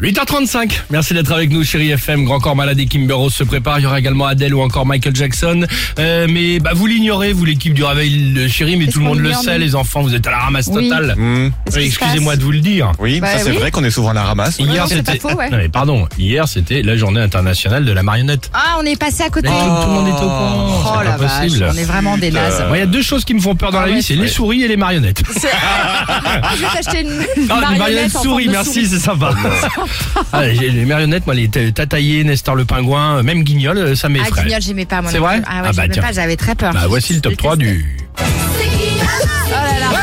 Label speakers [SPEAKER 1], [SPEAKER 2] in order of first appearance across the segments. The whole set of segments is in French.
[SPEAKER 1] 8h35, merci d'être avec nous chérie FM, Grand Corps Malade et Kimber Rose se prépare, il y aura également Adèle ou encore Michael Jackson, Euh, mais bah, vous l'ignorez, vous l'équipe du réveil euh, chérie, mais
[SPEAKER 2] Qu'est-ce
[SPEAKER 1] tout le
[SPEAKER 2] qu'on
[SPEAKER 1] monde le
[SPEAKER 2] ignore,
[SPEAKER 1] sait,
[SPEAKER 2] nous
[SPEAKER 1] les enfants, vous êtes à la ramasse
[SPEAKER 2] Oui.
[SPEAKER 1] totale.
[SPEAKER 3] Mmh.
[SPEAKER 1] Oui,
[SPEAKER 2] qui se
[SPEAKER 1] Excusez-moi
[SPEAKER 2] passe
[SPEAKER 1] de vous le dire.
[SPEAKER 3] Oui,
[SPEAKER 2] Bah
[SPEAKER 3] ça c'est
[SPEAKER 2] oui.
[SPEAKER 3] vrai qu'on est souvent à la ramasse.
[SPEAKER 2] non, c'est pas faux, ouais.
[SPEAKER 1] Non, mais pardon, hier c'était la journée internationale de la marionnette.
[SPEAKER 2] Ah, on est passé à côté.
[SPEAKER 1] Mais tout, tout le monde est au
[SPEAKER 2] Oh,
[SPEAKER 1] courant, c'est
[SPEAKER 2] la
[SPEAKER 1] pas
[SPEAKER 2] vache,
[SPEAKER 1] possible. Euh,
[SPEAKER 2] on est vraiment des nazes.
[SPEAKER 1] Moi, il y a deux choses qui me font peur dans
[SPEAKER 2] Ah
[SPEAKER 1] la
[SPEAKER 2] ouais.
[SPEAKER 1] vie, c'est les souris et les marionnettes.
[SPEAKER 2] Ah, je vais t'acheter une
[SPEAKER 1] Ah, des
[SPEAKER 2] marionnette
[SPEAKER 1] marionnettes
[SPEAKER 2] en
[SPEAKER 1] souris,
[SPEAKER 2] forme de
[SPEAKER 1] merci, c'est sympa. Ah, j'ai- les marionnettes, moi, les t- Tataillé, Nestor le pingouin, euh, même Guignol, euh, ça
[SPEAKER 2] Ah,
[SPEAKER 1] m'effraie.
[SPEAKER 2] guignol, j'aimais pas, moi.
[SPEAKER 1] C'est
[SPEAKER 2] non
[SPEAKER 1] vrai
[SPEAKER 2] plus. Ah, ouais,
[SPEAKER 1] Ah, bah,
[SPEAKER 2] j'aimais
[SPEAKER 1] tiens.
[SPEAKER 2] pas, j'avais très peur.
[SPEAKER 1] Bah, voici le top 3 du.
[SPEAKER 2] Oh là là,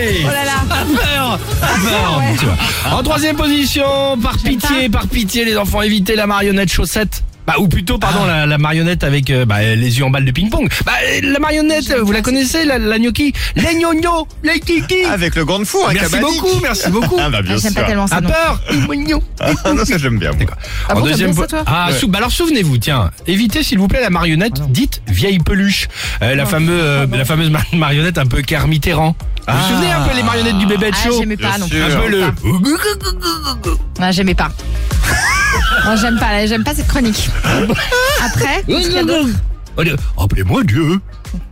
[SPEAKER 1] Hey
[SPEAKER 2] oh là là.
[SPEAKER 1] Ah, peur Ah, peur Tu vois. En troisième position, par pitié, par pitié, les enfants, évitez la marionnette chaussette. Bah, ou plutôt, pardon, la, la marionnette avec euh, bah, les yeux en balle de ping-pong. Bah, euh, la marionnette, euh, vous la connaissez, la, la gnocchi Les gnognos, les kiki
[SPEAKER 3] Avec le grand four, Ah, avec
[SPEAKER 1] Merci
[SPEAKER 3] la bannique.
[SPEAKER 1] beaucoup, merci beaucoup.
[SPEAKER 3] Ah bah bien
[SPEAKER 2] Ah, J'aime pas
[SPEAKER 3] sûr.
[SPEAKER 2] tellement ça,
[SPEAKER 1] À
[SPEAKER 2] non.
[SPEAKER 1] peur Mignon.
[SPEAKER 3] Ah, non, ça j'aime bien. moi.
[SPEAKER 2] Ah
[SPEAKER 1] En
[SPEAKER 2] bon, t'aimes
[SPEAKER 1] deuxième
[SPEAKER 2] bien
[SPEAKER 1] po-
[SPEAKER 2] ça, toi Ah
[SPEAKER 1] Ah,
[SPEAKER 3] Ouais.
[SPEAKER 1] sou- bah alors souvenez-vous, tiens, évitez s'il vous plaît la marionnette dite vieille peluche, Euh, la fameuse, euh, la fameuse mar- marionnette un peu Kermitterrand. Vous vous souvenez un peu les marionnettes du bébé de
[SPEAKER 2] Ah,
[SPEAKER 1] show
[SPEAKER 2] j'aimais pas
[SPEAKER 3] Bien
[SPEAKER 2] non
[SPEAKER 3] sûr.
[SPEAKER 2] plus.
[SPEAKER 1] Un peu le.
[SPEAKER 2] Non, j'aimais pas. Non, j'aime pas, j'aime pas cette chronique. Après, qu'est-ce qu'il y a d'autre
[SPEAKER 1] Allez, Oh, Appelez-moi Dieu.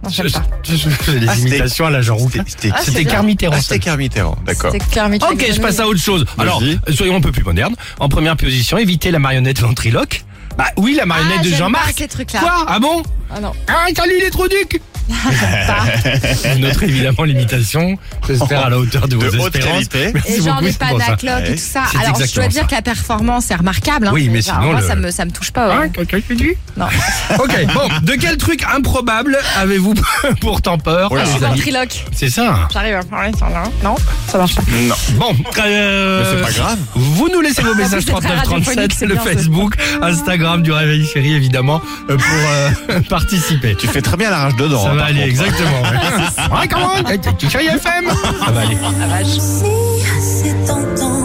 [SPEAKER 2] Non, j'aime pas.
[SPEAKER 1] Les
[SPEAKER 3] Ah, c'était-
[SPEAKER 1] imitations à la Jean Rouquin.
[SPEAKER 3] C'était- C'était
[SPEAKER 2] Ah,
[SPEAKER 1] C'était
[SPEAKER 2] c'est bien.
[SPEAKER 1] Kermitterrand.
[SPEAKER 3] Ah, c'était Kermitterrand, d'accord.
[SPEAKER 2] C'est Kermit le
[SPEAKER 1] Ok, je
[SPEAKER 2] Grenouille.
[SPEAKER 1] passe à autre chose. Alors,
[SPEAKER 3] Vas-y.
[SPEAKER 1] euh, soyons un peu plus modernes. En première position, évitez la marionnette ventriloque. Bah oui, la marionnette
[SPEAKER 2] Ah,
[SPEAKER 1] de
[SPEAKER 2] j'aime
[SPEAKER 1] Jean-Marc.
[SPEAKER 2] pas ces trucs-là.
[SPEAKER 1] Quoi Ah bon
[SPEAKER 2] Ah non,
[SPEAKER 1] Ah, salut les trouducs
[SPEAKER 2] j'aime pas.
[SPEAKER 1] Une autre, évidemment, l'imitation. J'espère à la hauteur de vos
[SPEAKER 3] De haute
[SPEAKER 1] espérances.
[SPEAKER 3] qualité.
[SPEAKER 1] Merci
[SPEAKER 2] Et genre
[SPEAKER 1] beaucoup,
[SPEAKER 2] les
[SPEAKER 1] c'est pour ça.
[SPEAKER 2] panaclocs et
[SPEAKER 3] Ouais,
[SPEAKER 2] tout ça.
[SPEAKER 1] c'est
[SPEAKER 2] Alors je
[SPEAKER 1] exactement
[SPEAKER 2] dois dire
[SPEAKER 1] ça.
[SPEAKER 2] que la performance est remarquable. Hein.
[SPEAKER 1] Oui, mais
[SPEAKER 2] Genre,
[SPEAKER 1] sinon,
[SPEAKER 2] moi
[SPEAKER 1] le-
[SPEAKER 2] ça me ça me touche pas.
[SPEAKER 1] Hein,
[SPEAKER 2] ouais.
[SPEAKER 1] quelqu'un qui dit
[SPEAKER 2] Non.
[SPEAKER 1] Ok, bon, de quel truc improbable avez-vous pourtant peur
[SPEAKER 3] Oh là.
[SPEAKER 1] les
[SPEAKER 2] Je suis
[SPEAKER 1] amis
[SPEAKER 2] ventriloque.
[SPEAKER 1] C'est ça.
[SPEAKER 2] J'arrive à parler sans là. Non, ça marche pas.
[SPEAKER 3] Non,
[SPEAKER 1] Bon, euh,
[SPEAKER 3] mais c'est pas grave.
[SPEAKER 1] Vous nous laissez vos messages
[SPEAKER 2] vous êtes très
[SPEAKER 1] 39 37,
[SPEAKER 2] radiophonique,
[SPEAKER 1] c'est
[SPEAKER 2] c'est Ah.
[SPEAKER 1] le
[SPEAKER 2] bien, ça.
[SPEAKER 1] Facebook, Instagram du Réveil Chéri évidemment euh, pour euh, participer.
[SPEAKER 3] Tu fais très bien la rage dedans.
[SPEAKER 1] Ça
[SPEAKER 3] hein,
[SPEAKER 1] va
[SPEAKER 3] par
[SPEAKER 1] aller,
[SPEAKER 3] contre.
[SPEAKER 1] exactement. ouais. Ouais, comment Chéri FM Ça va aller.
[SPEAKER 2] La vache.
[SPEAKER 4] Si c'est tentant